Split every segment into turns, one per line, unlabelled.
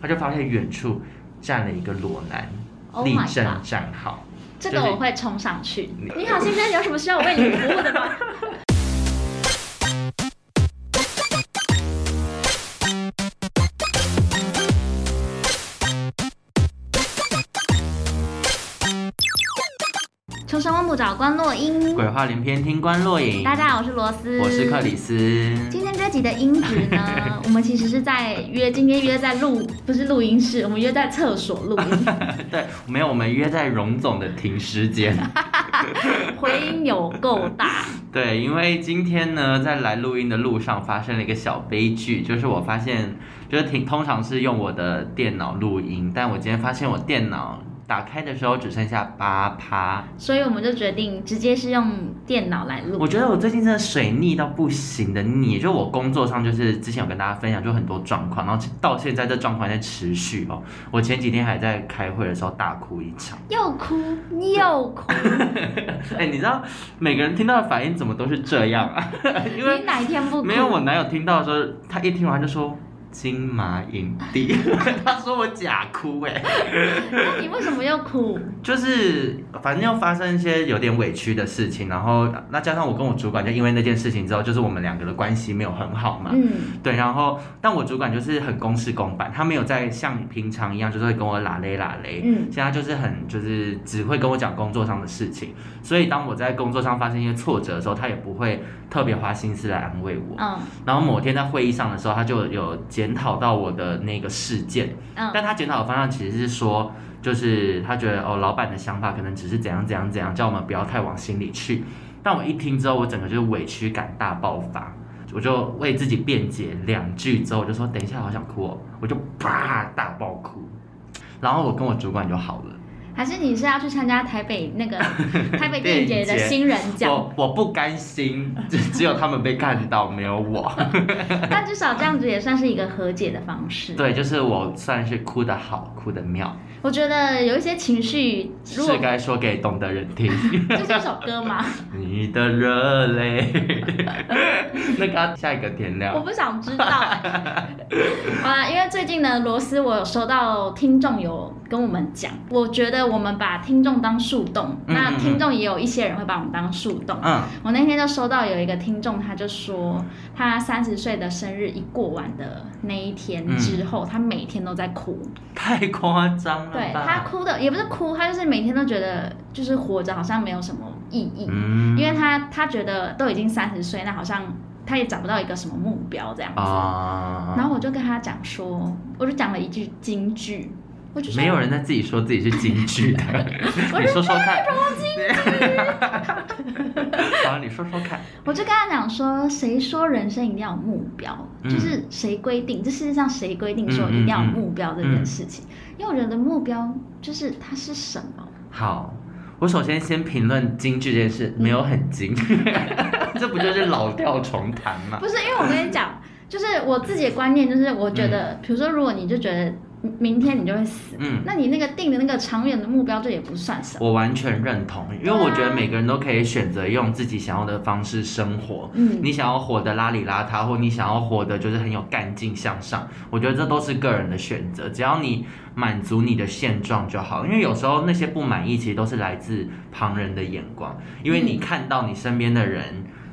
他就发现远处站了一个裸男
Oh
立
my
正
god
站好。
这个
就是
我会冲上去。
你
你好，先生，有什么需要我 为你服务的吗？求神问卜找关洛英。
鬼话连篇，听官落影。
大家好，我是罗斯，
我是克里。斯。
今天这集的音质 呢，我们其实是在约，今天约在录，不是录音室，我们约在厕所录音。
对，没有，我们约在荣总的停尸 间。
回音有够大，
对，因为今天呢，在来录音的路上发生了一个小悲剧，就是我发现，就是挺通常是用我的电脑录音，但我今天发现我电脑打开的时候只剩下八趴。
所以我们就决定直接是用电脑来录
我。觉得我最近真的水逆到不行的逆，就我工作上就是之前有跟大家分享，就很多状况，然后到现在这状况还在持续哦。我前几天还在开会的时候大哭一场。
又哭又哭，
哎，你知道每个人听到的反应怎么都是这样啊？ 因为
你哪一天不哭？
没有，我男友听到的时候，他一听完就说金马影帝， 他说我假哭哎、
那你为什么又 哭？
就是反正又发生一些有点委屈的事情，然后那加上我跟我主管就因为那件事情之后，就是我们两个的关系没有很好嘛，
嗯，
对，然后但我主管就是很公事公办，他没有在像平常一样就是会跟我拉嘞拉嘞，
嗯
现在就是很就是只会跟我讲工作上的事情，所以当我在工作上发生一些挫折的时候，他也不会特别花心思来安慰我，
嗯
然后某天在会议上的时候，他就有检讨到我的那个事件，
嗯，
但他检讨的方向其实是说，就是他觉得哦，老板的想法可能只是怎样怎样怎样，叫我们不要太往心里去。但我一听之后，我整个就是委屈感大爆发，我就为自己辩解两句之后，我就说等一下好想哭哦，我就啪大爆哭，然后我跟我主管就好了。
还是你是要去参加台北 那个台北电影节
电影
的
节
新人奖？
我我不甘心，只只有他们被看到，没有我。
但至少这样子也算是一个和解的方式。
对，就是我算是哭得好，哭得妙。
我觉得有一些情绪，如果
是该说给懂的人听。
就是一首歌嘛，
你的热泪， 那个要下一个填
我
料。
不想 知道、欸。好啦，因为最近呢，罗斯我有收到听众有跟我们讲，我觉得我们把听众当树洞，
嗯
那
嗯嗯
听众也有一些人会把我们当树洞。
嗯，
我那天就收到有一个听众，他就说他三十岁的生日一过完的那一天之
嗯
后，他每天都在哭，
太夸张了吧？
对他哭的也不是哭，他就是每天都觉得就是活着好像没有什么意义，
嗯
因为他他觉得都已经三十岁，那好像他也找不到一个什么目标这样子。
啊，
然后我就跟他讲说，我就讲了一句京剧，我就说
没有人在自己说自己是京剧 的，你说说看。好，你说说看。
我就跟他讲说，谁说人生一定要有目标？
嗯
就是谁规定？这世界上谁规定说一定要有目标这件事
嗯
情？因为我觉得目标就是它是什么？
好，我首先先评论京剧这件事，没有很 精，这不就是老调重弹吗？
不是，因为我跟你 讲，就是我自己的观念，就是我觉得，比如说，如果你就觉得明天你就会死，
嗯。
那你那个定的那个长远的目标，这也不算什么。
我完全认同，因为
对啊
我觉得每个人都可以选择用自己想要的方式生活。
嗯
你想要活得邋里邋遢，或你想要活得就是很有干劲向上，我觉得这都是个人的选择。只要你满足你的现状就好，因为有时候那些不满意其实都是来自旁人的眼光，因为你看到你身边的人。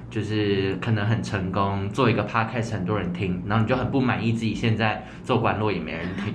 就是可能很成功，做一个 podcast 很多人听，然后你就很不满意自己现在做管络也没人听，。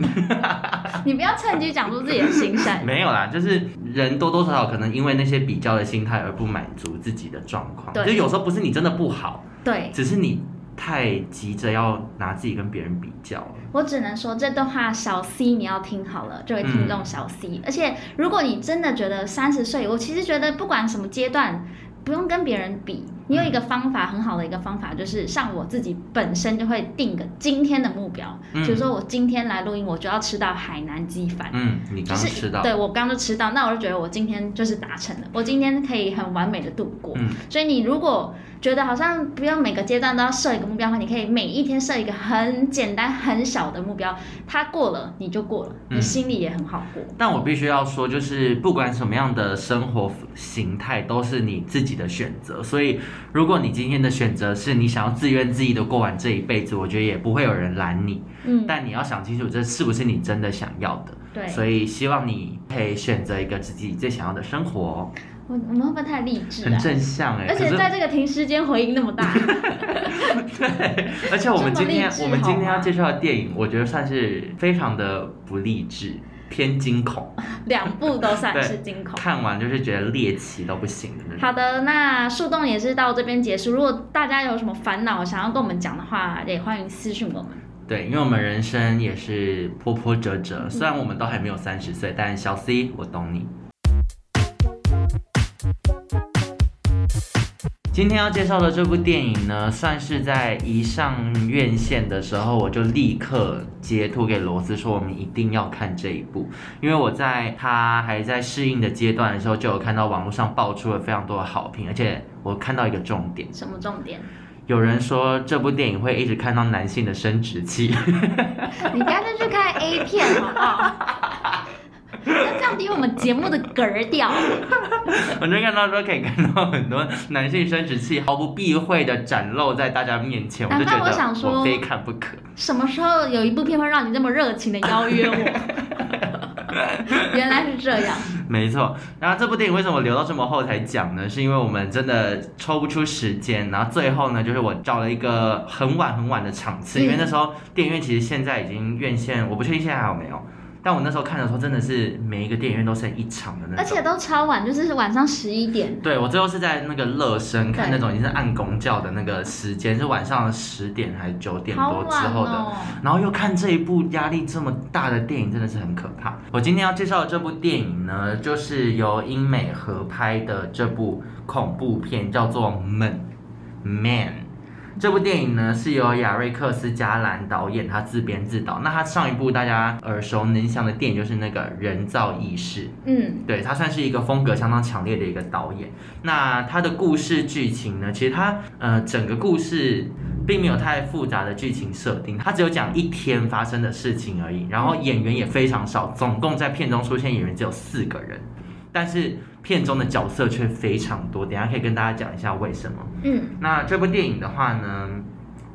你不要趁机讲出自己的心声
没有啦，就是人多多少少可能因为那些比较的心态而不满足自己的状况。
对
就有时候不是你真的不好，
对
只是你太急着要拿自己跟别人比较了。
我只能说这段话小 C 你要听好了，这位听众小 C、而且如果你真的觉得三十岁，我其实觉得不管什么阶段，不用跟别人比，你有一个方法，很好的一个方法就是像我自己本身就会定个今天的目标，
嗯
比如说我今天来录音，我就要吃到海南鸡饭。
嗯，你
就
刚刚
是
吃到，
对我刚刚就吃到，那我就觉得我今天就是达成了，我今天可以很完美的度过。
嗯
所以你如果觉得好像不用每个阶段都要设一个目标的话，你可以每一天设一个很简单、很小的目标，它过了你就过了，
嗯
你心里也很好过。
但我必须要说，就是不管什么样的生活形态，都是你自己的选择，所以如果你今天的选择是你想要自怨自艾的过完这一辈子，我觉得也不会有人拦你。
嗯，
但你要想清楚，这是不是你真的想要的。
对，
所以希望你可以选择一个自己最想要的生活，哦
我我们会不会太励志
很
啊？
正向哎、
而
可
且
是
在这个停尸间回音那么 大，
对， 而且我们今天
这么励志
我们今天
好
要
吗
介绍的电影，我觉得算是非常的不励志，偏惊恐，
两部都算
对
是惊恐。
看完就是觉得猎奇到不行的那种。
好的，那树洞也是到这边结束。如果大家有什么烦恼想要跟我们讲的话，也欢迎私讯我们。
对，因为我们人生也是波波折折，虽然我们都还没有三十岁，但小 C 我懂你。今天要介绍的这部电影呢，算是在一上院线的时候，我就立刻截图给罗斯说，我们一定要看这一部，因为我在它还在适应的阶段的时候，就有看到网络上爆出了非常多的好评，而且我看到一个重点，
什么重点？
有人说这部电影会一直看到男性的生殖器。
你干脆去看 A 片好不好？要降低我们节目的格儿调。
我就看到说可以看到很多男性生殖器毫不避讳的展露在大家面前，我就觉
难道我
得
想说
我非看不可。
什么时候有一部片会让你这么热情的邀 约我？原来是这样，
没错，然后这部电影为什么我留到这么后才讲呢？是因为我们真的抽不出时间，然后最后呢，就是我找了一个很晚很晚的场次，
嗯
因为那时候电影院其实现在已经院线，我不确定现在还有没有。但我那时候看的时候，真的是每一个电影院都剩一场的那
而
种。
且都超晚，就是晚上十一点。
对我最后是在那个乐声看
对
那种已经是按公教的那个时间，是晚上十点还是九点
好
多之
晚
后的。
哦！
然后又看这一部压力这么大的电影，真的是很可怕。我今天要介绍的这部电影呢，就是由英美合拍的这部恐怖片，叫做《们 Man》。这部电影呢是由亚瑞克斯·加兰导演，他自编自导。那他上一部大家耳熟能详的电影就是那个《人造意识》，
嗯，
对他算是一个风格相当强烈的一个导演。那他的故事剧情呢，其实他呃整个故事并没有太复杂的剧情设定，他只有讲一天发生的事情而已。然后演员也非常少，总共在片中出现演员只有四个人，但是片中的角色却非常多。等一下可以跟大家讲一下为什么。
嗯，
那这部电影的话呢，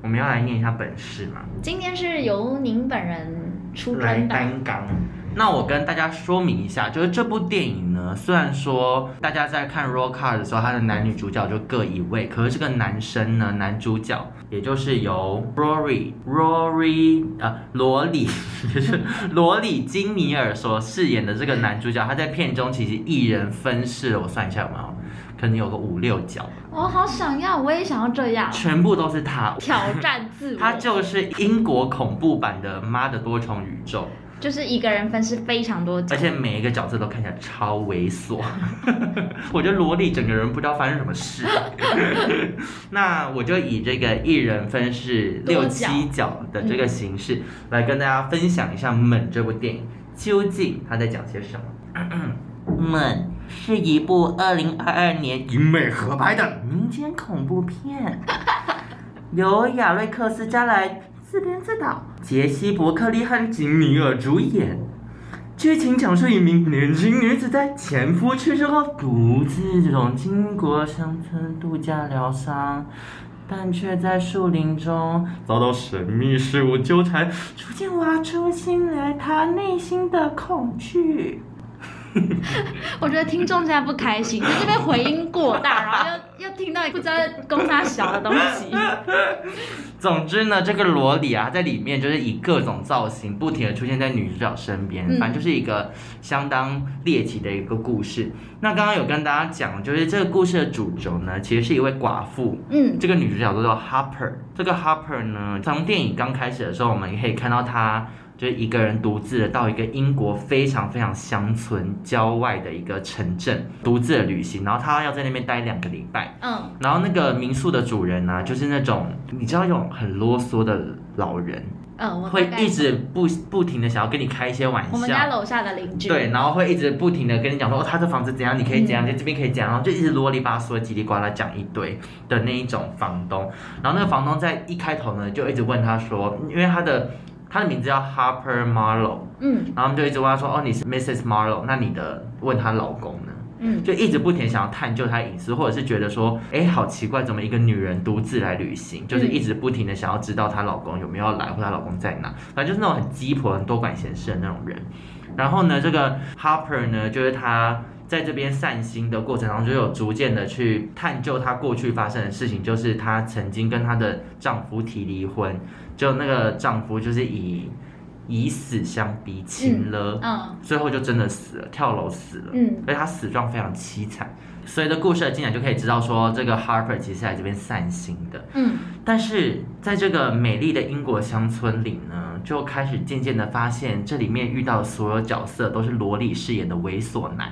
我们要来念一下本事嘛。
今天是由您本人出
来
征的，
单杠。那我跟大家说明一下，就是这部电影呢，虽然说大家在看《Roll Car》的时候，它的男女主角就各一位，可是这个男生呢，男主角也就是由 Rory Rory 呃罗里， 就是罗里金尼尔所饰演的这个男主角，他在片中其实一人分饰了，我算一下有没有，可能有个五六角，
我哦好想要，我也想要这样
全部都是他。
挑战自我。
他就是英国恐怖版的《妈的多重宇宙》。
就是一个人分饰非常多角
而，且每一个角色都看起来超猥琐， 我觉得萝莉整个人不知道发生什么事。 那我就以这个一人分饰
多
六
角
七角的这个形式来跟大家分享一下《们》这部电影究竟它在讲些什么。《们》是一部二零二二年英美合拍的民间恐怖 片，由亚瑞克斯·加莱自编自导，杰西·伯克利和金尼尔主演。剧情讲述一名年轻女子在前夫去世后，独自从英国乡村度假疗伤，但却在树林中遭到神秘事物纠缠，逐渐挖出心来她内心的恐惧。
我觉得听众现在不开心，就是被回音 过大，然后又又听到不知道公差小的东西。
总之呢，这个罗里啊，在里面就是以各种造型不停的出现在女主角身边，
嗯
反正就是一个相当猎奇的一个故事。那刚刚有跟大家讲，就是这个故事的主轴呢，其实是一位寡妇，
嗯，
这个女主角叫做 Harper。这个 Harper 呢，从电影刚开始的时候，我们也可以看到她就是一个人独自的到一个英国非常非常乡村郊外的一个城镇独自的旅行，然后她要在那边待两个礼拜。
嗯，
然后那个民宿的主人呢、就是那种你知道那种很啰嗦的老人，
嗯，我大
会
概
一直不不停的想要跟你开一些玩
我们
笑啊
家。楼下的邻居，
对，然后会一直不停的跟你讲说，哦，他的房子怎样，你可以怎样，在这边可以怎样，然后就一直啰里吧嗦、叽里呱啦讲一堆的那一种房东。然后那个房东在一开头呢，就一直问他说，因为他的他的名字叫 Harper Marlow，
嗯，
然后他们就一直问他说，哦，你是 Mrs. Marlow，那你的问她老公呢？
嗯，
就一直不停想要探究她的隐私，或者是觉得说，哎，好奇怪，怎么一个女人独自来旅行，就是一直不停的想要知道她老公有没有来，或她老公在哪，反正就是那种很鸡婆、很多管闲事的那种人。然后呢，这个 Harper 呢，就是她在这边散心的过程当中，就有逐渐的去探究她过去发生的事情，就是她曾经跟她的丈夫提离婚，就那个丈夫就是以以死相逼亲了。
嗯
最后就真的死了，跳楼死了，
嗯
而且他死状非常凄惨。随着故事的进展，就可以知道说，这个 Harper 其实来这边散心的。
嗯，
但是在这个美丽的英国乡村里呢，就开始渐渐的发现，这里面遇到的所有角色都是罗里饰演的猥琐男。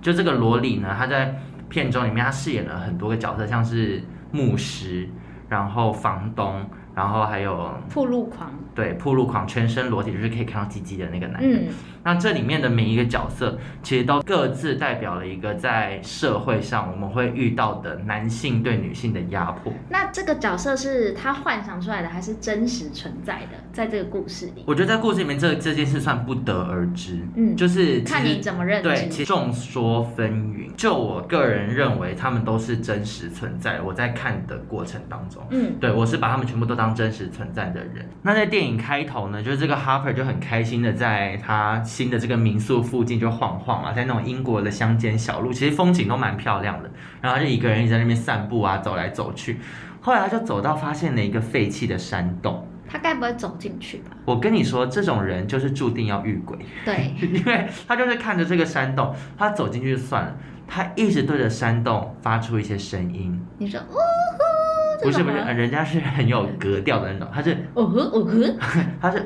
就这个罗里呢，他在片中里面他饰演了很多个角色，像是牧师，然后房东，然后还有
铺路狂，
对铺路狂，全身裸体就是可以看到鸡鸡的那个男人。
嗯
那这里面的每一个角色，其实都各自代表了一个在社会上我们会遇到的男性对女性的压迫。
那这个角色是他幻想出来的，还是真实存在的？在这个故事里，
我觉得在故事里面这这件事算不得而知，
嗯
就是其
看
实
你怎么认知。
对，其实众说纷纭。就我个人认为，他们都是真实存在。我在看的过程当中，
嗯
对，我是把他们全部都当真实存在的人。那在电影开头呢，就是这个 Harper 就很开心的在他新的这个民宿附近就晃晃啊，在那种英国的乡间小路，其实风景都蛮漂亮的。然后他就一个人一直在那边散步啊，走来走去。后来他就走到发现了一个废弃的山洞。
他该不会走进去吧？
我跟你说，这种人就是注定要遇鬼，
对，
因为他就是看着这个山洞，他走进去就算了，他一直对着山洞发出一些声音，
你说，呜呼，
不是
这
不
种
是，
哦吗
呃人家是很有格调的那种，他是
哦呵哦呵，
他是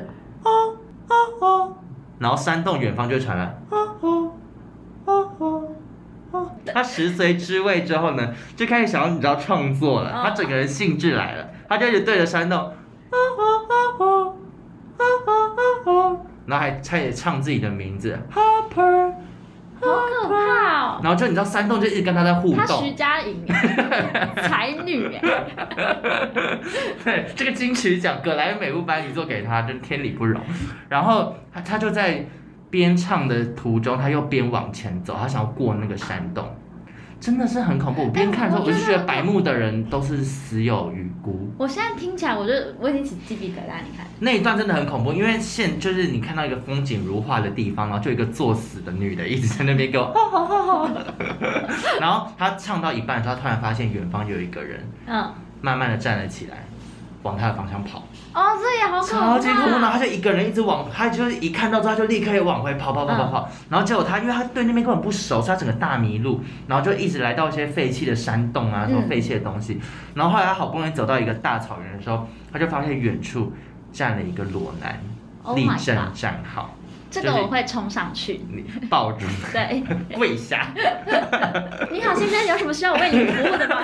哦哦哦，然后山洞远方就传来哦哦哦哦哦。他食髓知味之后呢，就开始想要你知道创作了，
哦
他整个人兴致来了，他就一直对着山洞哦哦哦哦哦哦哦哦，然后还开始唱自己的名字 Harper，
好可怕哦！
然后就你知道山洞就一直跟他在互
他
动
徐，佳莹哎，才女哎，
对，这个金曲奖葛莱美不颁宇宙给他，真天理不容。然后他他就在边唱的途中，他又边往前走，他想要过那个山洞，真的是很恐怖。我边看的时候，
我
我就
觉
觉
得
得白目的人都是死有余辜。
我现在听起来我就我已经起鸡皮疙瘩，你看，
那一段真的很恐怖，因为现就是你看到一个风景如画的地方，然后就有一个作死的女的一直在那边给我，然后她唱到一半的时候，她突然发现远方有一个人
嗯，
慢慢的站了起来，往她的方向跑。
哦，这也好可
超
怕，
级恐怖，然后他就一个人一直往，他就是一看到之后他就立刻往回跑跑跑跑跑，
嗯
然后结果他因为他对那边根本不熟，所以他整个大迷路，然后就一直来到一些废弃的山洞啊，什么
嗯
废弃的东西，然后后来他好不容易走到一个大草原的时候，他就发现远处站了一个裸男
Oh
立
my
正
god，
站 好，
这个我会冲上去。
你抱住
对，
跪下，
你好，先生，有什么需要我为您服务的 吗？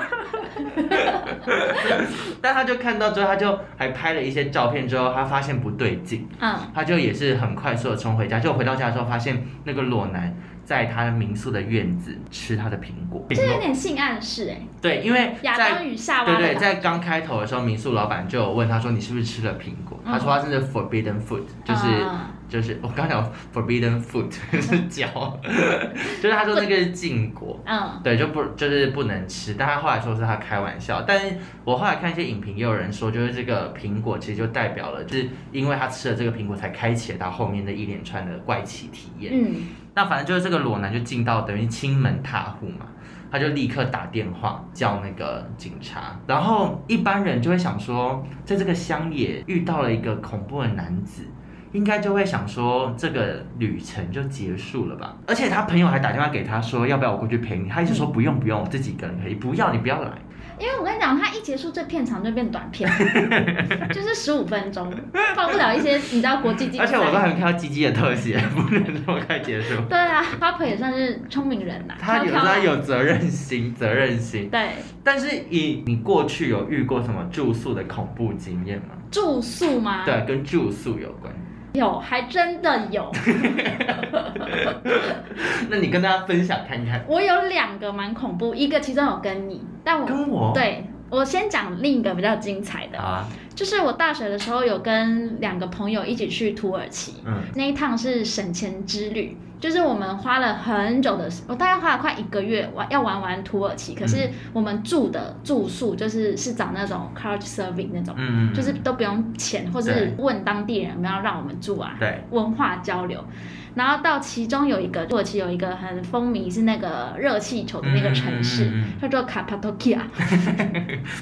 但他就看到之后，他就还拍了一些照片，之后他发现不对劲。
嗯，
他就也是很快速的冲回家，就回到家的时候发现那个裸男在他民宿的院子吃他的苹果。
这有点性暗示哎，
对，因为
亚
在
当与夏
对
娃
对，
的
在刚开头的时候，民宿老板就有问他说：“你是不是吃了苹果？”
嗯
他说他是 forbidden food，就是、
嗯
就是我刚讲 forbidden food 是脚， 就是他说那个是禁果。
嗯，
对，就不就是不能吃，但他后来说是他开玩笑，但是我后来看一些影评，也有人说，就是这个苹果其实就代表了，就是因为他吃了这个苹果，才开启了他后面的一连串的怪奇体验。
嗯，
那反正就是这个裸男就进到等于亲门踏户嘛，他就立刻打电话叫那个警察。然后一般人就会想说，在这个乡野遇到了一个恐怖的男子，应该就会想说这个旅程就结束了吧。而且他朋友还打电话给他说，要不要我过去陪你？他一直说不用不用，我自己一个人可以，不要你不要来。
因为我跟你讲，它一结束，这片长就变 短片，就是十五分钟，放不了一些你知道国际竞赛。
而且我都还没看到鸡鸡的特写， 不能这么快结束。
对啊，花婆也算是聪明人呐，
他有
飘飘
他有责任心，责任心。
对
但是以你过去有遇过什么住宿的恐怖经验吗？
住宿吗？
对，啊跟住宿有关。
有，还真的有。
那你跟大家分享看看。
我有两个蛮恐怖，一个其中有跟你，但我
跟我
对我先讲另一个比较精彩的，
啊，
就是我大学的时候有跟两个朋友一起去土耳其，
嗯
那一趟是省钱之旅，就是我们花了很久的时，我大概花了快一个月玩要玩完土耳其，可
嗯
是我们住的住宿就是是找那种 couch serving 那种，
嗯，嗯
就是都不用钱，或是问当地人有没有让我们住啊，
对，
文化交流。然后到其中有一个土耳其有一个很风靡是那个热气球的那个城市，
嗯嗯嗯嗯
叫做卡帕多基亚，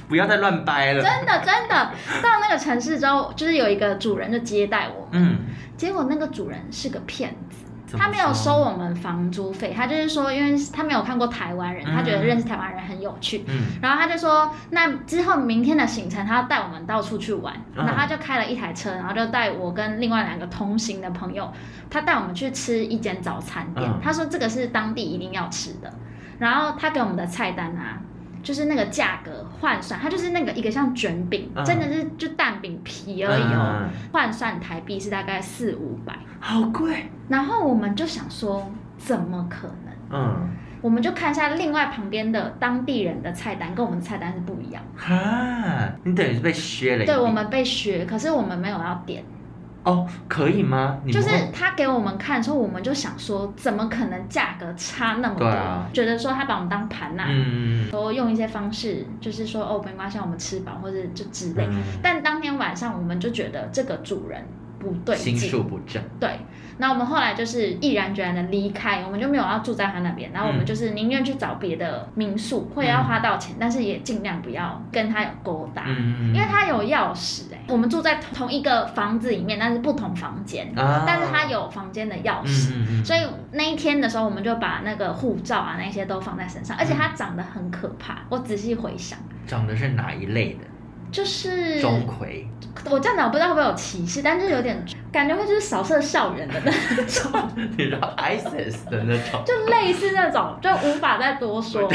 不要再乱掰了，
真的真的。到那个城市之后，就是有一个主人就接待我，
嗯，
结果那个主人是个骗子，
怎么
他没有收，我们房租费，他就是说，因为他没有看过台湾人，
嗯
他觉得认识台湾人很有趣。
嗯，
然后他就说，那之后明天的行程，他要带我们到处去玩。
嗯
然后他就开了一台车，然后就带我跟另外两个同行的朋友，他带我们去吃一间早餐店
嗯。
他说这个是当地一定要吃的。然后他给我们的菜单啊，就是那个价格换算，它就是那个一个像卷饼，
嗯
真的是就蛋饼皮而已哦，
嗯，
换算台币是大概四五百。
好贵，
然后我们就想说，怎么可能？
嗯，
我们就看一下另外旁边的当地人的菜单，跟我们的菜单是不一样。
哈，你等于是被削了一笔，
对我们被学，可是我们没有要点，
哦，可以吗？你
就
们
是
会
他给我们看的时候，我们就想说，怎么可能价格差那么多？
对啊
觉得说他把我们当盘呐、
嗯，
说用一些方式，就是说哦，没关系，我们吃饱或者就之类。
嗯
但当天晚上，我们就觉得这个主人不对
心
劲，
术不正，
对，那我们后来就是毅然决然的离开，我们就没有要住在他那边，
嗯
然后我们就是宁愿去找别的民宿，会要花到钱，但是也尽量不要跟他有勾搭，
嗯，
因为他有钥匙哎、我们住在同一个房子里面，但是不同房间，
啊，
但是他有房间的钥匙。
嗯，嗯嗯
所以那一天的时候，我们就把那个护照啊那些都放在身
嗯
上，而且他长得很可怕。我仔细回想，
长的是哪一类的？
就是
钟馗，
我这样讲我不知道会不会有歧视，但是有点
嗯
感觉会就是扫射校园的那种。
你知道 ISIS 的那种，
就类似那种，就无法再 多说，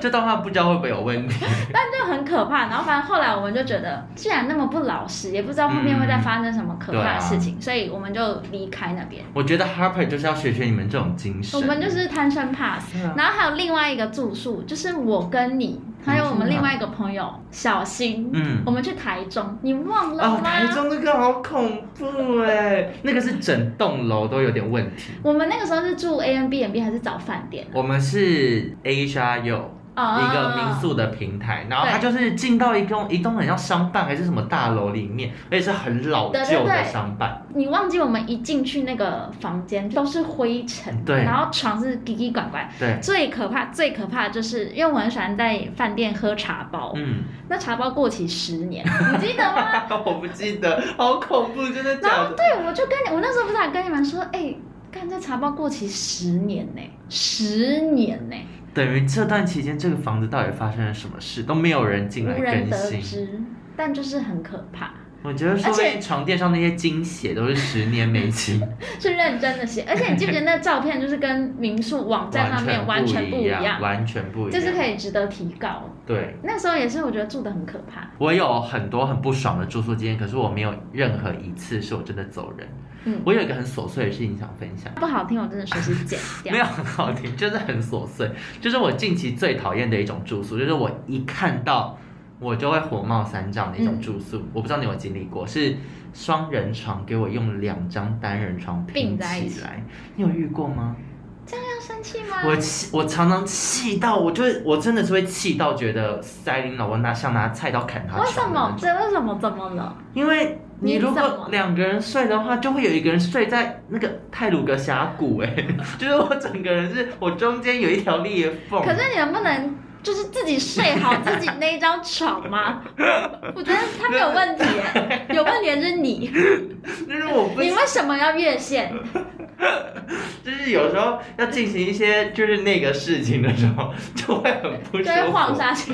这段话不知道会不会有问题。
但就很可怕。然后反正后来我们就觉得，既然那么不老实，也不知道后面会
嗯
再发生什么可
啊
怕的事情，所以我们就离开那边。
我觉得 Harper 就是要学学你们这种精神，
我们就是贪生怕死。
对啊
然后还有另外一个住宿，就是我跟你，还有我们另外一个朋友小新，
嗯
我。们去台中，你忘了
哦，
吗？
台中那个好恐怖哎，那个是整栋楼都有点问题。
我们那个时候是住 A N B N B 还是找饭店？
我们是 Asia 有
啊
一个民宿的平台，然后它就是进到一栋一栋很像商办还是什么大楼里面，而且是很老旧
对对
的
对
商办。
你忘记我们一进去那个房间都是灰尘，
对
然后床是叽叽拐拐。
对，
最可怕、最可怕的就是，因为我很喜欢在饭店喝茶包，
嗯，
那茶包过期十年，你记得吗？
我不记得，好恐怖，真的
然
假
后
的？
对我就跟你，我那时候不是还跟你们说，哎、看这茶包过期十年呢、十年呢、
等于这段期间，这个房子到底发生了什么事，都没有人进来
无人
更
得
新。
知，但就是很可怕，
我觉得说不
而且
定床垫上那些精血都是十年没 清，
是认真的写，而且你记不记得那照片就是跟民宿网站上面完全不
不
一
样，
样，
完全不一
这
样。
是可以值得提高。
对，
那时候也是，我觉得住的很可怕，
我有很多很不爽的住宿经验，可是我没有任何一次是我真的走人。
嗯
我有一个很琐碎的事情想分享，
不好听，我真的随时剪掉。
没有很好听，就是很琐碎， 就是我近期最讨厌的一种住宿，就是我一看到我就会火冒三丈的一
嗯
种住宿。我不知道你有没有经历过，是双人床给我用两张单人床
并
拼
在一
起
起
来，你有遇过吗？
要生气吗？
我气，我常常气到，我就是我真的是会气到觉得塞琳老我拿想拿菜刀砍他
为
床的那
什
种
么？这为什么？怎么了？
因为你如
你怎
果
么
两个人睡的话，就会有一个人睡在那个泰鲁格峡谷、哎， 就是我整个人是我中间有一条裂缝。
可是你能不能就是自己睡好自己那一张 床吗？我觉得他没有问题耶，有问题的是你，
就是我不
你，为什么要越线？
就是有时候要进行一些就是那个事情的时候，就会很不
就
舒
会晃
服。
下去。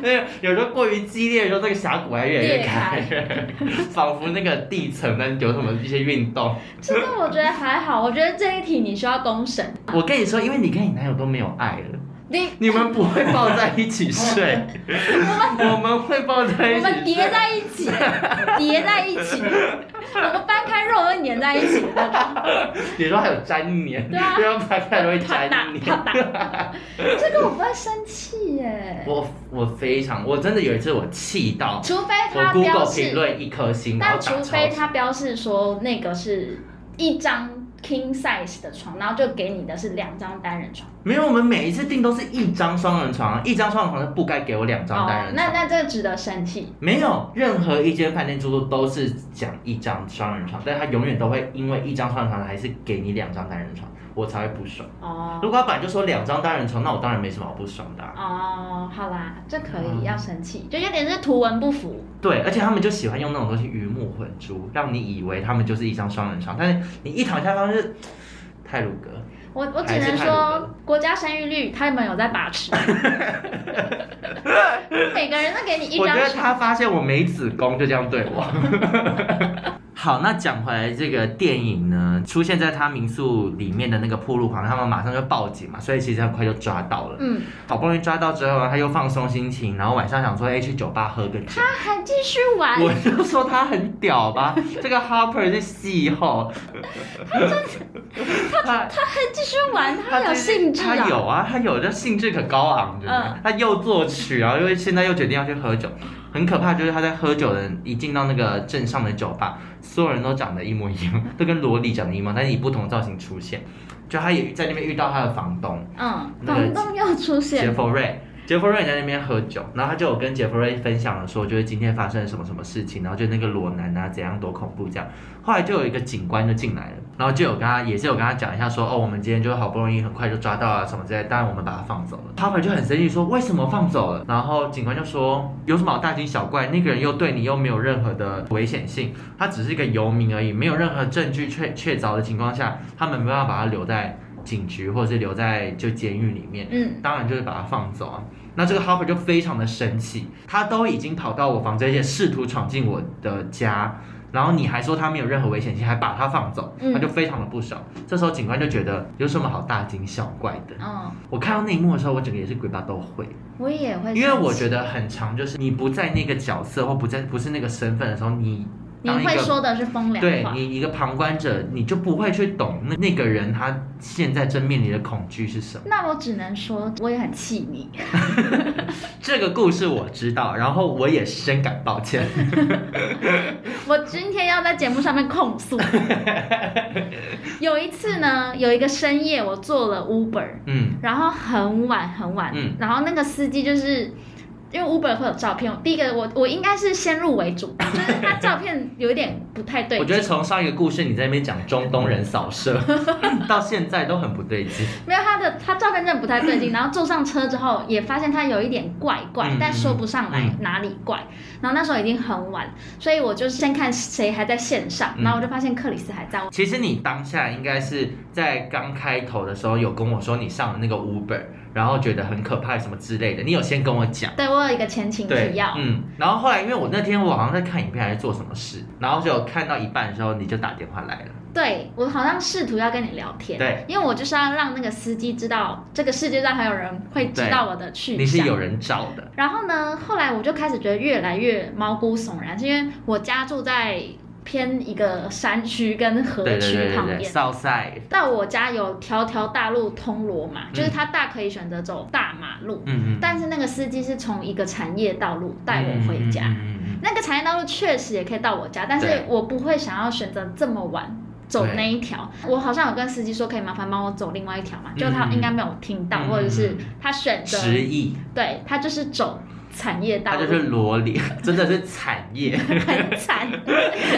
那个有时候过于激烈的时候，那个峡谷还越来越
裂
开， 仿佛那个地层呢有什么一些运动。
这个我觉得还好，我觉得这一题你需要公审。
我跟你说，因为你跟你男友都没有爱了，
你
你们不会抱在一起睡， 我们会抱在一
我
起睡。
们叠在一起， 叠在一起，我们掰开肉会粘在一起的那种。
你说还有粘黏，
对啊
因为拍开都会
啪
粘
嗒
黏。
啪嗒，这个我不会生气耶，
我我非常，我真的有一次我气到，
除非
我
他标
Google 评
示。
论一颗星，然
但
后打
除
超
非它标示说那个是一张 king size 的床，然后就给你的是两张单人床。
没有，我们每一次订都是一张双人床，一张双人床就不该给我两张单人床。
哦那那这值得生气。
没有任何一间饭店住宿都是讲一张双人床，但他永远都会因为一张双人床还是给你两张单人床，我才会不爽。
哦
如果他本来就说两张单人床，那我当然没什么好不爽的啊、
哦，好啦，这可以，
嗯
要生气，就有点是图文不符。
对，而且他们就喜欢用那种东西鱼目混珠，让你以为他们就是一张双人床，但是你一躺下发现是泰鲁格。
我我只
还是看
能
你
说，国家生育率他们有在 把持，每个人都给你一
我觉
张
得
床。
他发现我没子宫，就这样对我。 好，那讲回来这个电影呢，出现在他民宿里面的那个铺路狂，他们马上就报警嘛，所以其实很快就抓到了。
嗯，
好不容易抓到之后呢，他又放松心情，然后晚上想说，哎、去酒吧喝个酒。
他还继续玩，
我就说他很屌吧，这个 Harper 是戏后，他
他还继续玩，
他
有
就是
兴致啊
他。有啊，他有，这兴致可高昂着呢。
嗯
他又作曲，然后又现在又决定要去喝酒，很可怕。就是他在喝酒的人一进到那个镇上的酒吧，所有人都长得一模一样，都跟萝莉长得一模一样，但是以不同造型出现。就他也在那边遇到他的房东
嗯，
那个
房东又出
杰
现，
弗瑞。杰弗瑞在那边喝酒，然后他就有跟杰弗瑞分享了说，就是今天发生了什么什么事情，然后就那个裸男啊怎样多恐怖这样。后来就有一个警官就进来了，然后就有跟他也是有跟他讲一下说，哦，我们今天就好不容易很快就抓到啊什么之类的，当然我们把他放走了。他们就很生气说，为什么放走了？然后警官就说，有什么好大惊小怪？那个人又对你又没有任何的危险性，他只是一个游民而已，没有任何证据确确凿的情况下，他们没办法把他留在警局或者是留在就监狱里面。
嗯，
当然就是把他放走啊。那这个 Harper 就非常的生气，他都已经跑到我房间，而且试图闯进我的家，然后你还说他没有任何危险性，还把他放走，
嗯
他就非常的不爽。这时候警官就觉得有什么好大惊小怪的？
哦，
我看到那一幕的时候，我整个也是鬼巴都会，
我也会生气，
因为我觉得很长，就是你不在那个角色或不在不是那个身份的时候，你
你
当一
会
个
说的是风凉
对
话，
你一个旁观者，你就不会去懂那那个人他现在正面临的恐惧是什么。
那我只能说我也很气你。
这个故事我知道，然后我也深感抱 歉。
我今天要在节目上面控 诉。有一次呢，有一个深夜，我坐了 Uber，
嗯
然后很晚很晚，
嗯
然后那个司机就是。因为 Uber 会有照片，第一个我我应该是先入为主，就是他照片有一点不太对
我觉得从上一个故事你在那边讲中东人扫 射，嗯到现在都很不对劲。
没有他的他照片真的不太 对劲，然后坐上车之后也发现他有一点怪怪，
嗯
但说不上来哪里怪。然后那时候已经很晚，所以我就先看谁还在线上，
嗯
然后我就发现克里斯还在。
其实你当下应该是在刚开头的时候有跟我说你上了那个 Uber，然后觉得很可怕什么之类的，你有先跟我讲。
对我有一个前情
对
提要，，
嗯，然后后来因为我那天我好像在看影片还是做什么事，然后就有看到一半的时候你就打电话来了，
对我好像试图要跟你聊天，
对，
因为我就是要让那个司机知道这个世界上还有人会知道我的去向。
你是有人找的，
然后呢，后来我就开始觉得越来越毛骨悚然，是因为我家住在偏一个山区跟河
对对
区
对
旁
对对，
边。
少赛，
到我家有条条大路通罗马，
嗯
就是他大可以选择走大马路，
嗯嗯，
但是那个司机是从一个产业道路带我回家。
嗯嗯嗯嗯嗯
那个产业道路确实也可以到我家，但是
对
我不会想要选择这么晚走那一条。我好像有跟司机说，可以麻烦帮我走另外一条嘛，
嗯
就他应该没有听到，
嗯
或者是他选择，
迟疑，
对他就是走产业道
它
路，
就是萝莉， 真的是产业。
很 惨，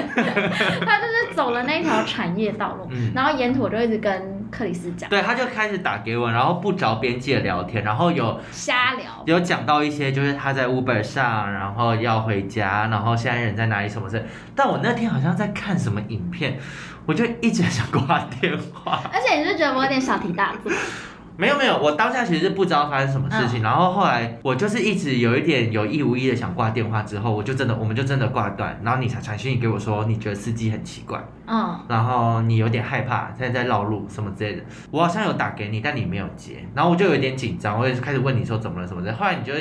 他就是走了那一条产业道路，
嗯，
然后沿途我就一直跟克里斯讲
对，他就开始打给我，然后不着边际的聊天，然后有
瞎聊，
有讲到一些就是他在 Uber 上，然后要回家，然后现在人在哪里什么事。但我那天好像在看什么影片，我就一直想挂电话。
而且你就觉得我有点小题大做，
没有没有，我当下其实是不知道发生什么事情，然后后来我就是一直有一点有意无意的想挂电话，之后我就真的我们就真的挂断，然后你才传讯息给我说你觉得司机很奇怪。
嗯。
然后你有点害怕，现在在绕路什么之类的。我好像有打给你，但你没有接，然后我就有点紧张，我也开始问你说怎么了什么的。后来你就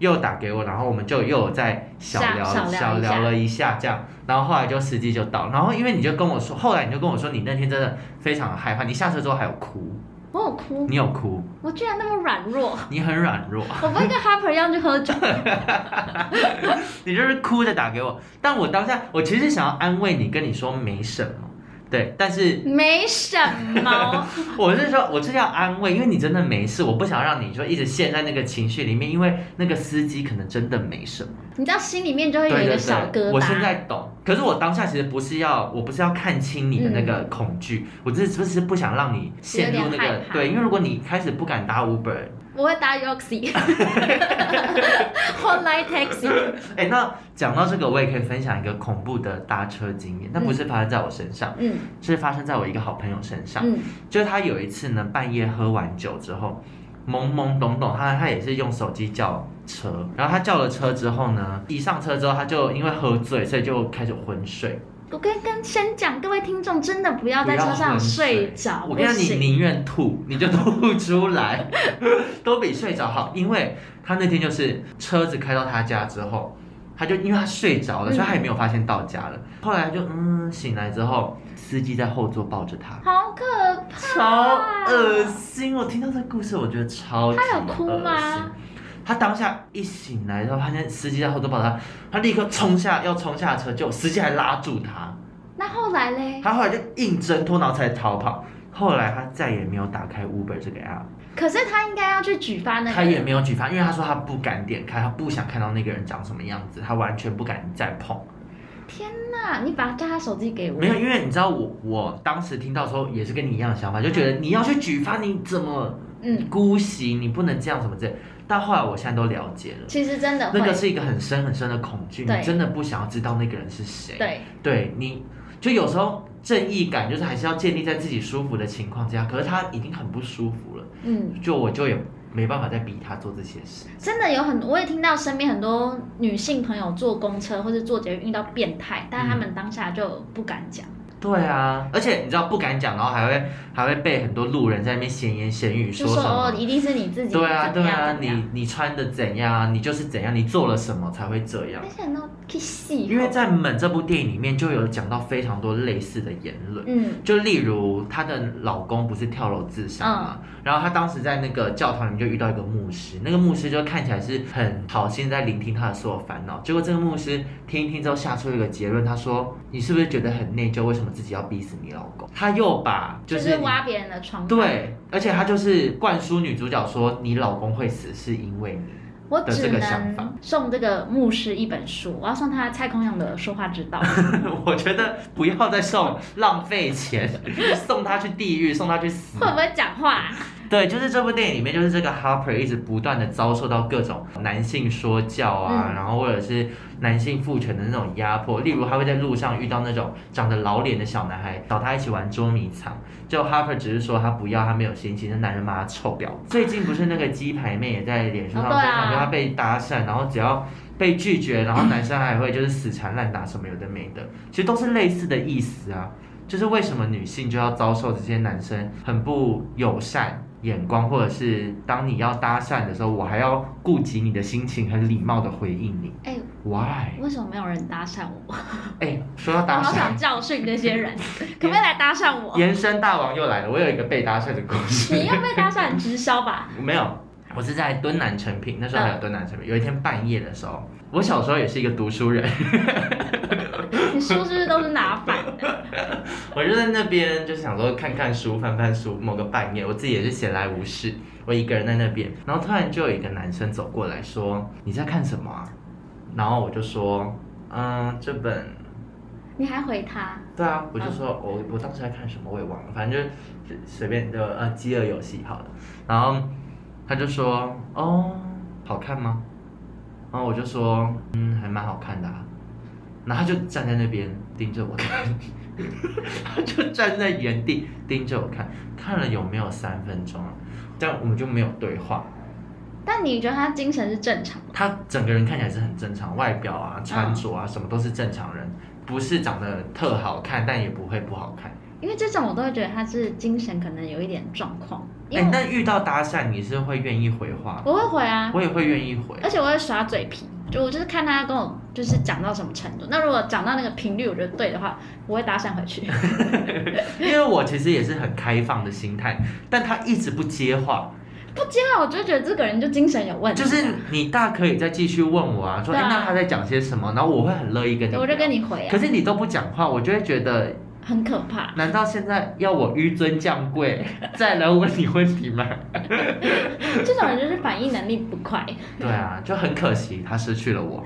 又打给我，然后我们就又有在小聊
小小聊一下
小聊了一下这样，然后后来就司机就到，然后因为你就跟我说，后来你就跟我说你那天真的非常害怕，你下车之后还有哭，
我有哭，
你有哭，
我居然那么软弱，
你很软弱，
我不会跟 Harper 一样去喝酒。
你就是哭着打给我。但我当下我其实想要安慰你，跟你说没什么，对，但是
没什么，
我是说，我就是要安慰，因为你真的没事，我不想让你说一直陷在那个情绪里面，因为那个司机可能真的没什么。
你知道心里面就会有
对
一
对
个小疙
对，
瘩。
我现在懂。可是我当下其实不是要，我不是要看清你的那个恐惧，我只是只是不想让你陷入那
嗯有点害
个
怕
对，因为如果你开始不敢打 Uber，
我会打 Yoxi，后来 taxi，
哎，那讲到这个，我也可以分享一个恐怖的搭车经验，那不是发生在我身上，
嗯
是发生在我一个好朋友身上。
嗯
就是他有一次呢，半夜喝完酒之后，懵懵懂懂，他他也是用手机叫车，然后他叫了车之后呢，一上车之后他就因为喝醉，所以就开始昏睡。
我跟跟先讲，各位听众真的不要在
不要
车上
昏睡
睡着，
我
不
跟你讲，你
行。
宁愿吐，你就吐出来， 都比睡着好。因为他那天就是车子开到他家之后，他就因为他睡着了，
嗯
所以他也没有发现到家了。后来就嗯醒来之后，司机在后座抱着他，
好可怕！
超恶心！我听到这个故事，我觉得超级
他有哭吗
恶心？他当下一醒来之后，发现司机在后头抱他，他立刻冲下要冲下车，就司机还拉住他，
那后来嘞？
他后来就硬挣脱，然后才逃跑。后来他再也没有打开 Uber 这个 app，
可是他应该要去举发那个，
他也没有举发，因为他说他不敢点开，他不想看到那个人长什么样子，他完全不敢再碰。
那你把叫他手机给我。
没有，因为你知道我我当时听到的时候也是跟你一样的想法，就觉得你要去举发，你怎么
嗯，
姑息，你不能这样什么之类。但后来我现在都了解了，
其实真的会。
那个是一个很深很深的恐惧，
对
你真的不想要知道那个人是谁。
对，
对你就有时候正义感就是还是要建立在自己舒服的情况之下，可是他已经很不舒服了，
嗯，
就我就也没办法再逼他做这些事。
真的有很，我也听到身边很多女性朋友坐公车或是坐捷运遇到变态，但他们当下就不敢讲。
对啊，而且你知道不敢讲，然后还会还会被很多路人在那边闲言闲语
就
说
说
什
哦，
么。
一定是你自己怎
对
么
啊，
样
对啊，
怎么样。
你你穿的怎样啊，你就是怎样，你做了什么才会这样
而？且呢，可以细，
因为在《猛》这部电影里面就有讲到非常多类似的言论，
嗯
就例如她的老公不是跳楼自杀嘛，
嗯
然后她当时在那个教堂里面就遇到一个牧师，那个牧师就看起来是很好心在聆听她的所有烦恼，结果这个牧师听一听之后下出了一个结论，他说：“你是不是觉得很内疚？为什么自己要逼死你老公？”他又把
就
就是你
挖别人的床。，
对，而且他就是灌输女主角说：“你老公会死是因为你。”
我
的这
只
个想法
能送这个牧师一本书，我要送他蔡康永的《说话之道》。
我觉得不要再送，浪费钱，送他去地狱，送他去死。
会不会讲话啊、
对，就是这部电影里面，就是这个 Harper 一直不断的遭受到各种男性说教啊，
嗯
然后或者是男性父权的那种压迫。例如，他会在路上遇到那种长得老脸的小男孩，找他一起玩捉迷藏。就 Harper 只是说他不要，他没有心情。那男人骂他臭婊子。最近不是那个鸡排妹也在脸书上
哦
分
对啊
享，就她被搭讪，然后只要被拒绝，然后男生还会就是死缠烂打什么有的没的，其实都是类似的意思啊。就是为什么女性就要遭受这些男生很不友善眼光，或者是当你要搭讪的时候，我还要顾及你的心情，很礼貌的回应你
哎、
，why？
为什么没有人搭讪我？
哎、说到
我
搭
好
讪，
想教训这些 人，可不可以来搭讪我？
延伸大王又来了，我有一个被搭讪的故 事。
你又被搭讪很直销吧？
没有，我是在敦南成品，那时候还有敦南成品。有一天半夜的时候，我小时候也是一个读书人，
你书是不是都是拿反的？
我就在那边就是想说看看书、翻翻书。某个半夜，我自己也是闲来无事，我一个人在那边，然后突然就有一个男生走过来说：“你在看什么啊？”然后我就说：“嗯，这本。”
你还回他？
对啊，我就说我、我当时在看什么我也忘了，反正就是随便就呃饥饿游戏好了。然后他就说哦好看吗？然后我就说嗯还蛮好看的、啊。然后他就站在那边盯着我看， 他就站在原地盯着我看，看了有没有三分钟啊？这样我们就没有对话。
但你觉得他精神是正常的？
他整个人看起来是很正常，外表啊、穿着啊什么都是正常人，不是长得特好看，但也不会不好看。
因为这种我都会觉得他是精神可能有一点状况，因
哎、
为
那遇到搭讪，你是会愿意回话？
我会回啊，
我也会愿意回。
而且我会耍嘴皮，就我就是看他跟我就是讲到什么程度。那如果讲到那个频率，我觉得对的话，我会搭讪 回去。
因为我其实也是很开放的心态，但他一直不接话，
不接啊话，我就觉得这个人就精神有问题。啊
就是你大可以再继续问我啊，说哎、
对啊
那他在讲些什么，然后我会很乐意跟你
对
聊，
我就跟你回
可
啊，
是你都不讲话，我就会觉得
很可怕。
难道现在要我纡尊降贵 再来问你问题吗？
这种人就是反应能力不快。
对啊，就很可惜，他失去了我。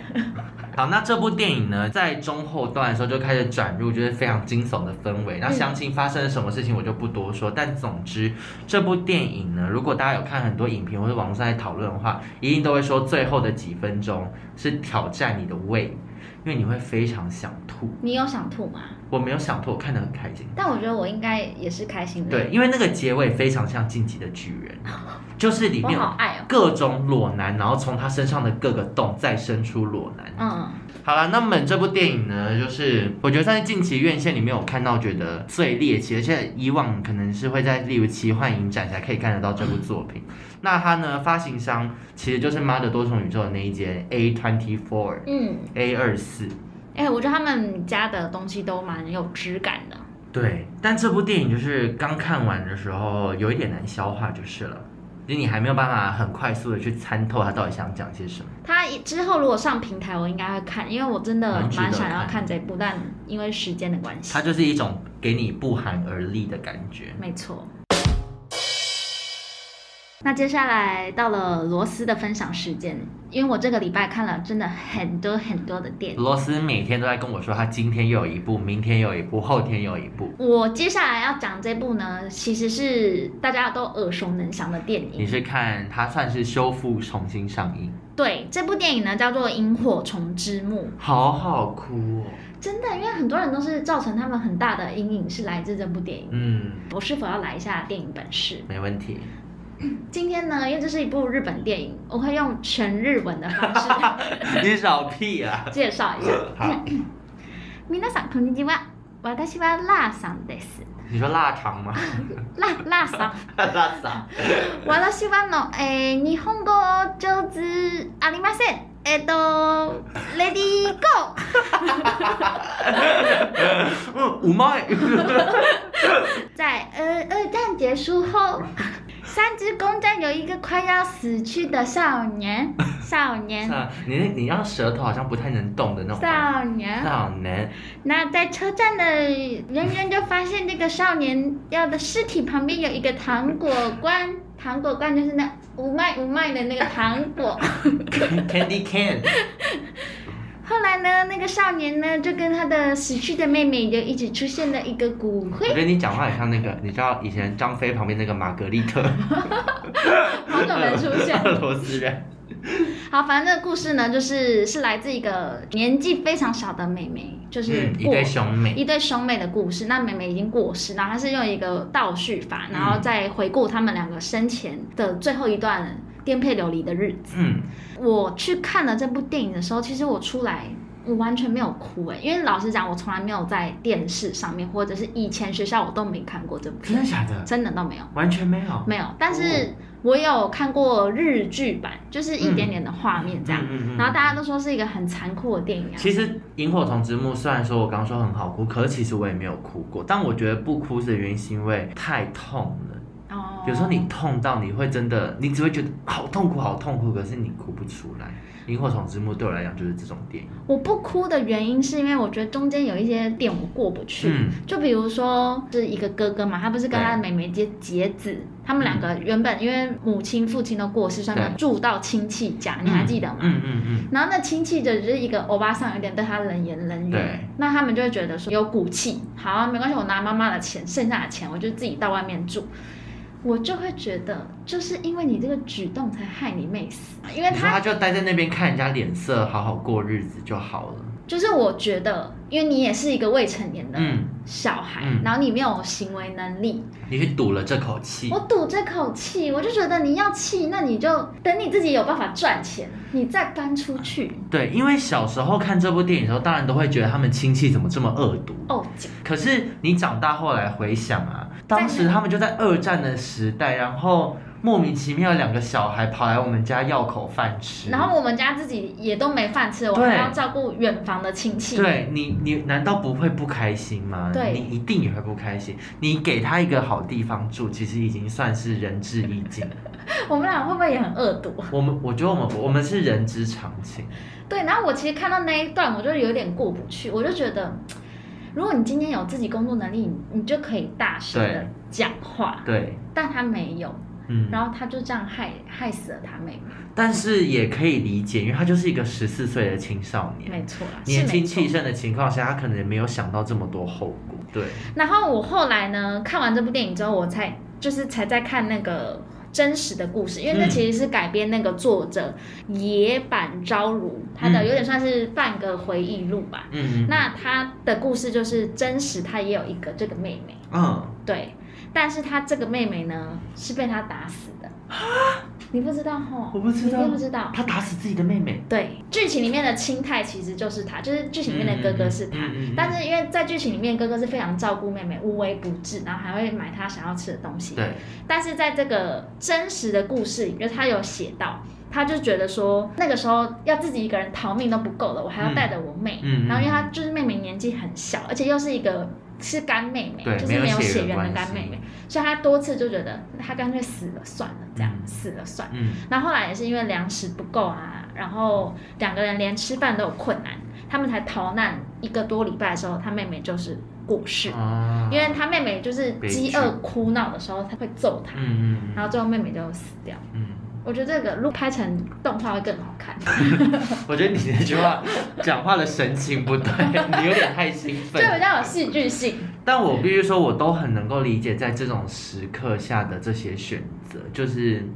好，那这部电影呢，在中后段的时候就开始转入就是非常惊悚的氛围。那详情发生了什么事情我就不多说，但总之这部电影呢，如果大家有看很多影评或者网络上在讨论的话，一定都会说最后的几分钟是挑战你的胃，因为你会非常想吐。
你有想吐吗？
我没有想吐，我看得很开心。
但我觉得我应该也是开心的。
对，因为那个结尾非常像《晋级的巨人》，就是里
我
面有
好爱哦。
各种裸男，然后从他身上的各个洞再生出裸男。
嗯，
好了，那么这部电影呢，就是我觉得算是近期院线里面有看到觉得最猎奇，而且以往可能是会在例如奇幻影展才可以看得到这部作品。那它呢，发行商其实就是《妈的多重宇宙》的那一间 A Twenty Four
嗯，
A 二四。
哎、我觉得他们家的东西都蛮有质感的。
对，但这部电影就是刚看完的时候有一点难消化就是了，就你还没有办法很快速的去参透它到底想讲些什么。
他一之后如果上平台，我应该会看，因为我真的
蛮值得
蛮想要
看
看这部，但因为时间的关系
它，就是一种给你不寒而栗的感觉。
没错。那接下来到了罗斯的分享时间，因为我这个礼拜看了真的很多很多的电影，
罗斯每天都在跟我说，他今天又有一部，明天又有一部，后天又有一部。
我接下来要讲这部呢，其实是大家都耳熟能详的电
你
影。
是看它算是修复重新上映，
对，这部电影呢叫做《萤火虫之墓
好好哭哦。》，
真的，因为很多人都是造成他们很大的阴影，是来自这部电影。
嗯，
我是否要来一下电影本事？
没问题。
今天呢，因为这是一部日本电影，我会用全日文的方式
你少屁啊！
介绍一下。
好，
皆さんこんにちは。私はラさんです。
你说腊肠吗？
ララさん。
腊肠。
私はの、えー日本語上手ありません。えっ、と、レディーゴー。
嗯，五毛。
在呃二战结束后，三支公战有一个快要死去的少年，少年，
啊你那你让舌头好像不太能动的那种。
少年。
少年，
那在车站的人员就发现这个少年要的尸体旁边有一个糖果罐，糖果罐就是那五卖五卖的那个糖果。
Candy Can，
后来呢，那个少年呢就跟他的死去的妹妹就一起出现了一个骨
我
灰
觉，得你讲话很像那个，你知道以前张飞旁边那个玛格丽特，
好久没出现。
俄罗斯人。
好，反正这个故事呢，就是是来自一个年纪非常小的妹妹，就是
嗯，一
过
对兄妹，
一对兄妹的故事。那妹妹已经过世，然后她是用一个倒叙法，然
嗯
后再回顾他们两个生前的最后一段颠沛流离的日子。
嗯，
我去看了这部电影的时候，其实我出来。我完全没有哭哎、因为老实讲，我从来没有在电视上面，或者是以前学校我都没看过这部
真
片
的，假的？
真的都没有，
完全没有，
没有。但是
哦
我有看过日剧版，就是一点点的画面这样。
嗯
然后大家都说是一个很残酷的电影啊。
其实《萤火虫之墓》虽然说我刚说很好哭，可是其实我也没有哭过。但我觉得不哭的原因是因为太痛了。
哦
有时候你痛到你会真的，你只会觉得好痛苦，好痛苦，可是你哭不出来。《萤火虫之墓》对我来讲就是这种电影。
我不哭的原因是因为我觉得中间有一些点我过不去，
嗯
就比如说是一个哥哥嘛，他不是跟他的妹妹结结子，他们两个原本因为母亲父亲都过世，所以他们住到亲戚家，你还记得吗？
嗯嗯嗯，
然后那亲戚的就是一个欧巴桑，有点对他冷言冷语
对，
那他们就会觉得说有骨气，好、啊，没关系，我拿妈妈的钱，剩下的钱我就自己到外面住。我就会觉得，就是因为你这个举动才害你妹死，因为
你说他就待在那边看人家脸色，好好过日子就好了。
就是我觉得，因为你也是一个未成年的
嗯，
小孩，
嗯
然后你没有行为能力，
你去赌了这口气
我。赌这口气，我就觉得你要气，那你就等你自己有办法赚钱，你再搬出去。
对，因为小时候看这部电影的时候，当然都会觉得他们亲戚怎么这么恶毒。
哦，这
可啊是你长大后来回想啊，当时他们就在二战的时代，然后莫名其妙两个小孩跑来我们家要口饭吃。
然后我们家自己也都没饭吃，我
对
还要照顾远房的亲戚。
对你，你难道不会不开心吗？
对
你一定也会不开心。你给他一个好地方住，其实已经算是仁至义 尽。
我们俩会不会也很恶毒？
我们，我觉得我们我们是人之常情。
对，然后我其实看到那一段，我就有点过不去，我就觉得。如果你今天有自己工作能力，你你就可以大声的讲话，
对，
但他没有，
嗯，
然后他就这样害害死了他妹妹。
但是也可以理解，因为他就是一个十四岁的青少年，
没错啦，是
年
没
轻
错
气。盛的情况下，他可能也没有想到这么多后果。对，
然后我后来呢，看完这部电影之后，我才就是才在看那个真实的故事，因为那
嗯
其实是改编那个作者野坂昭如他的
嗯
有点算是半个回忆录吧。
嗯嗯，
那他的故事就是真实，他也有一个这个妹妹，
嗯，
对，但是他这个妹妹呢是被他打死的，你不知道吼？
啊我不知道
你一定不知道。
他打死自己的妹妹，
对，剧情里面的青太其实就是他，就是剧情里面的哥哥是
嗯
他。
嗯嗯嗯嗯
但是因为在剧情里面，哥哥是非常照顾妹妹，无微不至，然后还会买她想要吃的东西。
对，
但是在这个真实的故事里，就是他有写到，他就觉得说那个时候要自己一个人逃命都不够了，我还要带着我妹。
嗯，
然后因为
他
她就是妹妹年纪很小，而且又是一个是干妹妹，
对
就是
没有
没有
血
血
缘
缘的
关
干
系
妹妹，所以她多次就觉得她干脆死了算了，这样、死了算了。
嗯
然后后来也是因为粮食不够啊，然后两个人连吃饭都有困难，他们才逃难一个多礼拜的时候，他妹妹就是过世，
啊，
因为他妹妹就是饥饿哭闹的时候，他会揍他，
嗯嗯
然后最后妹妹就死掉。
嗯，
我觉得这个如果拍成动画会更好 看，
我觉得你这句话讲话的神情不对，你有点太兴
就
奋。
比较有戏剧性。
但我必须说，我都很能够理解在这种时刻下的这些选择，就是嗯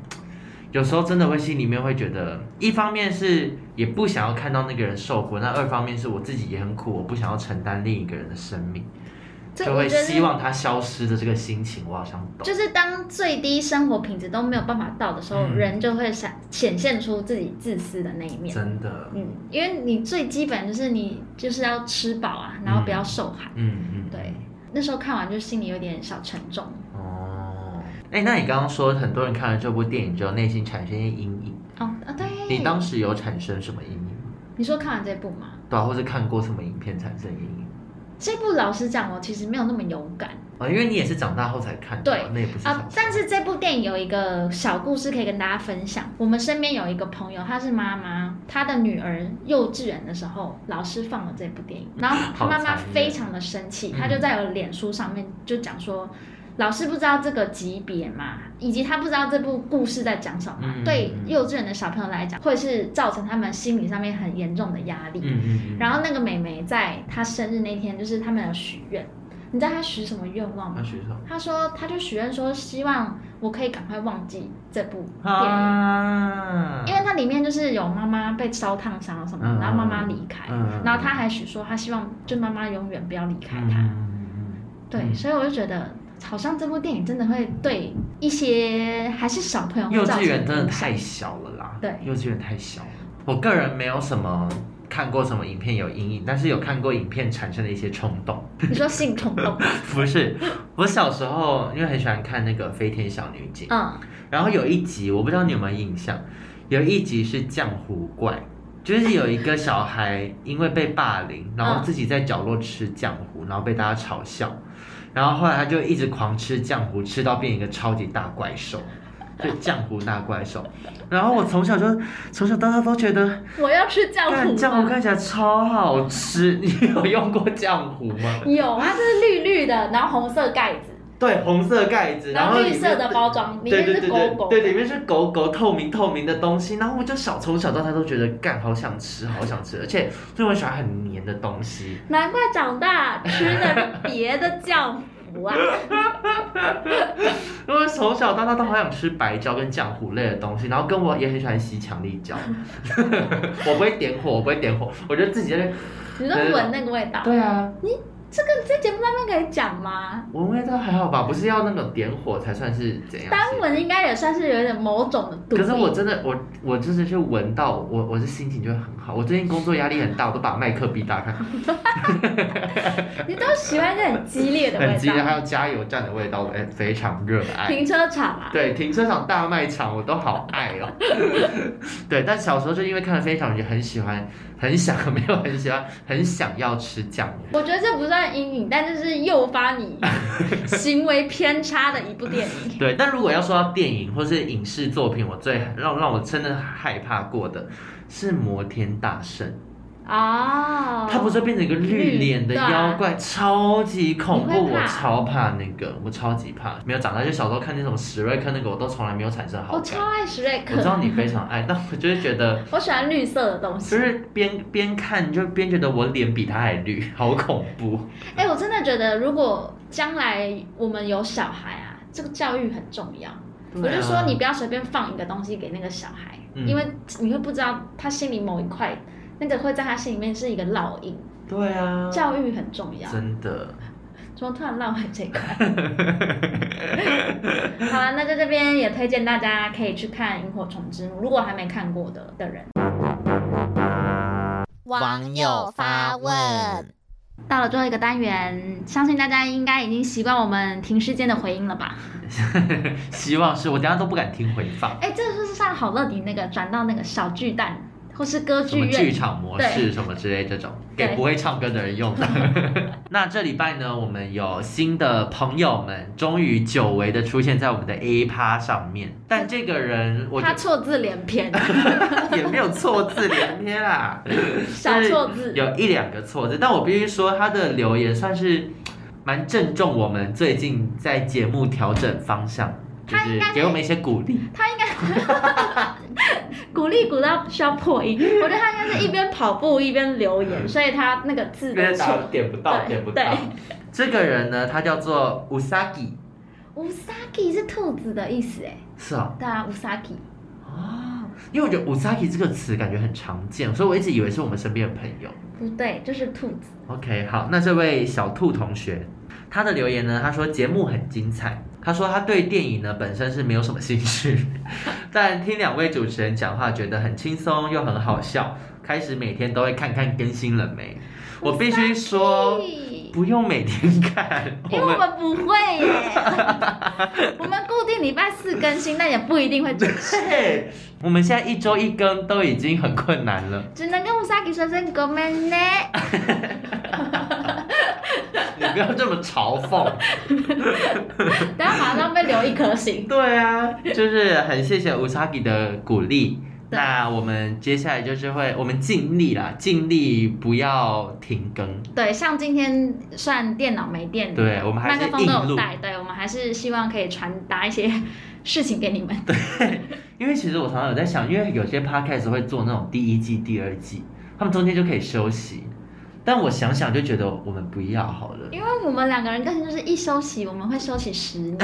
有时候真的会心里面会觉得，一方面是也不想要看到那个人受苦，那二方面是我自己也很苦，我不想要承担另一个人的生命，
这
就
我
会
觉得
希望他消失的这个心情，我好像懂。
就是当最低生活品质都没有办法到的时候，
嗯
人就会闪显现出自己自私的那一面。
真的，
嗯，因为你最基本就是你就是要吃饱啊，然后不要受寒。
嗯嗯，
对，那时候看完就心里有点小沉重。
哦，哎，那你刚刚说很多人看了这部电影之后内心产生一些阴影，
哦啊，对，
你当时有产生什么阴影吗？
你说看完这部吗？
对啊，或是看过什么影片产生阴影？
这部老实讲，我其实没有那么勇敢
啊，因为你也是长大后才看的嘛，
对
那也不是小时
啊
候。。
但是这部电影有一个小故事可以跟大家分享。我们身边有一个朋友，她是妈妈，她的女儿幼稚园的时候，老师放了这部电影，然后她妈妈
好残忍
非常的生气，
嗯
她就在我脸书上面就讲说。老师不知道这个级别嘛，以及他不知道这部故事在讲什么嘛，
嗯嗯
对
嗯
幼稚园的小朋友来讲，会是造成他们心理上面很严重的压力。
嗯嗯嗯，
然后那个妹妹在她生日那天，就是他们有许愿，你知道她许什么愿望
那
吗？
学生
她说，她就许愿说，希望我可以赶快忘记这部电影，
啊，
因为它里面就是有妈妈被烧烫伤什么，
嗯
然后妈妈离开，
嗯
然后她还许说，她希望就妈妈永远不要离开
嗯
她。
嗯
对，
嗯
所以我就觉得，好像这部电影真的会对一些还是小朋友
嗯
会
幼
造
稚
成
园真的
影响
太小了啦，
对
幼稚园太小了。我个人没有什么看过什么影片有阴影，但是有看过影片产生的一些冲动。
你说性冲动，
不是，我小时候因为很喜欢看那个《飞天小女警》，
嗯，
然后有一集我不知道你有没有印象，有一集是浆糊怪，就是有一个小孩因为被霸凌，然后自己在角落吃浆糊，然后被大家嘲笑，然后后来他就一直狂吃浆糊，吃到变一个超级大怪 兽。就浆糊大怪兽，然后我从小就从小到大都觉得，
我要吃教
干
父
浆糊
吗？
看起来超好吃。你有用过浆糊吗？
有，它是绿绿的，然后红色盖子。
对，红色盖子，
然后
后
绿
里
色
面
的包装，里
对
面
对
是
对
狗
对
狗。
对，里面是狗狗透明透明的东西，然后我就小从小到大都觉得干好想吃，好想吃，而且所以我喜欢很黏的东西。
难怪长大吃的别的教辅 啊，
因为从小到大都好想吃白椒跟浆糊类的东西，然后跟我也很喜欢吸强力 胶，我不会点火，我不会点火，我就自己在那。
你都闻那个味道。
对啊，
这个在节目上面可以讲吗？
闻味道还好吧，不是要那种点火才算是怎样。
单闻应该也算是有点某种的毒
可是我
瘾。
真的，我我真的是闻到，我我是心情就会很好。我最近工作压力很大，我都把麦克逼打开，
你都喜欢这很激烈的味
很激烈，
道，
还有加油站的味道，我也非常热爱。
停车场啊。
对，停车场、大卖场，我都好爱哦。 对，但小时候就因为看了《非常女》，很喜欢，很想， 没有很喜欢，很想要吃酱油。
我觉得这不算阴影，但就是诱 发你行为偏差的一部电影。
对，但如果要说到电影或是影视作品，我最让让我真的害怕过的是《摩天大圣》。
哦，
他不是变成一个绿脸的
绿对啊
妖怪，超级恐
你
怖，
会怕
我超怕那个，我超级怕。没有长大就小时候看那种史瑞克那个，我都从来没有产生好
哦我
感。
超爱史瑞
我知道
克，
你非常爱，但我就是觉得，
我喜欢绿色的东西
就。是边边看就边觉得我脸比他还绿， 好恐怖。
哎、我真的觉得，如果将来我们有小孩啊，这个教育很重要。我
对啊
就说你不要随便放一个东西给那个小孩，
嗯
因为你会不知道他心里某一块，那个会在他心里面是一个烙印。
对啊，
教育很重要。
真的，
怎么突然绕回这一 块？好了，那在这边也推荐大家可以去看《萤火虫之墓》，如果还没看过的的人。
网友发问。
到了最后一个单元，相信大家应该已经习惯我们停尸间的回音了吧？
希望是我等一下都不敢听回放。
哎、这就是像好乐迪那个转到那个小巨蛋或是歌
什
剧
么剧
院，
场模式什么之类这种，给
对
不会唱歌的人用的。 那这礼拜呢，我们有新的朋友们，终于久违的出现在我们的 A 趴上面。但这个人，我觉
他错字连篇，
得 也没有错字连篇啦，
小错字。
有一两个错字。但我必须说，他的留言算是蛮正中我们最近在节目调整方向，就
他应
是
该是
给我们一些鼓励。
鼓励鼓到需要破音，我觉得他应该是一边跑步一边留言，所以他那个字
因为
的
打
错。
点不到，
对
点不到
对。
这个人呢，他叫做 Usagi，
Usaki 是兔子的意思哎，
是哦，
对啊，Usaki。
哦，因为我觉得 “usaki” 这个词感觉很常见，所以我一直以为是我们身边的朋友。
不对，就是兔子。
OK，好，那这位小兔同学，他的留言呢，他说节目很精彩，他说他对电影呢本身是没有什么兴趣，但听两位主持人讲话，觉得很轻松又很好笑，开始每天都会看看更新了没。我必须说，
因
不用每天看，我
为我
们
们不会耶，我们固定礼拜四更新，但也不一定会准时，
嘿我们现在一周一更都已经很困难了。
只能跟 Usaki 说声 g o m e n 呢。
你不要这么嘲讽。
等下马上被留一颗星。
对啊，就是很谢谢 Usagi 的鼓励。
对
那我们接下来就是会，我们尽力啦，尽力不要停更。
对，像今天算电脑没电，
对，我们还
麦
是
克风都
硬
有
录，
带，对我们还是希望可以传达一些 事情给你们。
因为其实我常常有在想，因为有些 podcast 会做那种第一季、第二季，他们中间就可以休息。但我想想就觉得我们不要好了，
因为我们两个人个性就是一休息，我们会休息十年。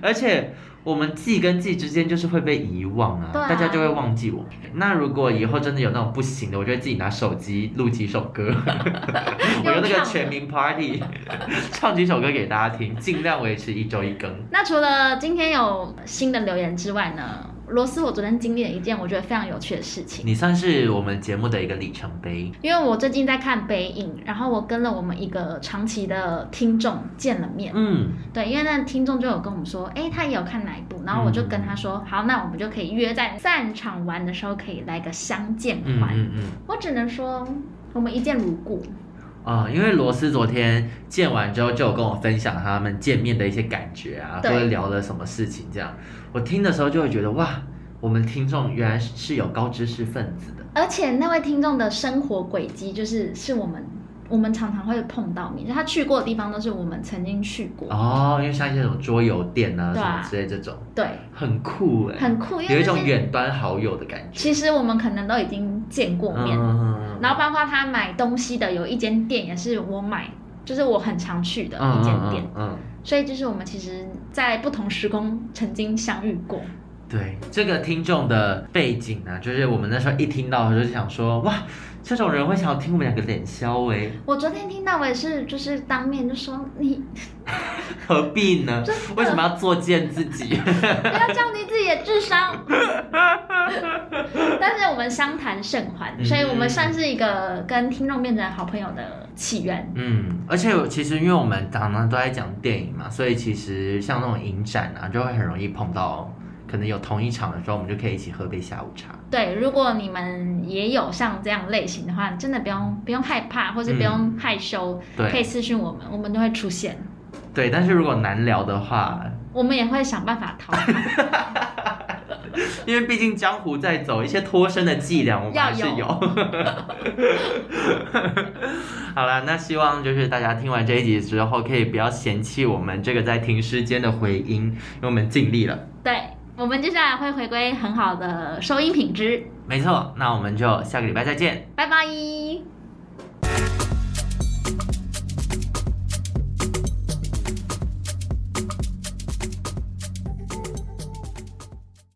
而且我们季跟季之间就是会被遗忘啊，
对啊
大家就会忘记我们。那如果以后真的有那种不行的，我就会自己拿手机录几首 歌，我用那
用
个
唱的
全民 Party 唱几首歌给大家听，尽量维持一周一更。
那除了今天有新的留言之外呢，罗斯，我昨天经历了一件我觉得非常有趣的事情。
你算是我们节目的一个里程碑，
因为我最近在看北影，然后我跟了我们一个长期的听众见了面，
嗯，
对，因为那听众就有跟我们说，哎，他也有看哪一部，然后我就跟
嗯
他说，好，那我们就可以约在散场玩的时候可以来个相见
嗯
欢。
嗯嗯。
我只能说，我们一见如故，
啊、因为罗斯昨天见完之后就有跟我分享他们见面的一些感觉啊，或
对
者聊了什么事情这样，我听的时候就会觉得哇，我们听众原来是有高知识分子的，
而且那位听众的生活轨迹就是是我们我们常常会碰到面，就他去过的地方都是我们曾经去过，
哦，因为像一些什么桌游店啊
对
什
啊
么之类这种，
对，
很酷哎、
很酷，因为
有一
那
种
些
远端好友的感觉。
其实我们可能都已经见过面，
嗯
然后包括他买东西的有一间店也是我买，就是我很常去的
嗯
一间
嗯
店，
嗯嗯，
所以就是我们其实，在不同时空曾经相遇过，
对，这个听众的背景呢、就是我们那时候一听到我就想说，哇，这种人会想要听我们两个脸消哎，
我昨天听到我也是就是当面就说 你
何必呢？为什么要作践自 己？
不要降低自己的智 商。但是我们相谈甚欢，
嗯
所以我们算是一个跟听众变成好朋友的起源。
嗯，而且其实因为我们常常都在讲电影嘛，所以其实像那种影展啊，就会很容易碰到，可能有同一场的时候，我们就可以一起喝杯下午茶。
对，如果你们也有像这样类型的话，真的不用不用害怕，或是不用害羞，可以
对
私讯我们，我们都会出现，
对，但是如果难聊的话，
我们也会想办法逃。
因为毕竟江湖在走，一些脱身的伎俩我们
要
还是
有
有。 好啦，那希望就是大家听完这一集之后，可以不要嫌弃我们这个在停尸间的回音，因为我们尽力了。
对，我们接下来会回归很好的收音品质。
没错，那我们就下个礼拜再见。
拜拜。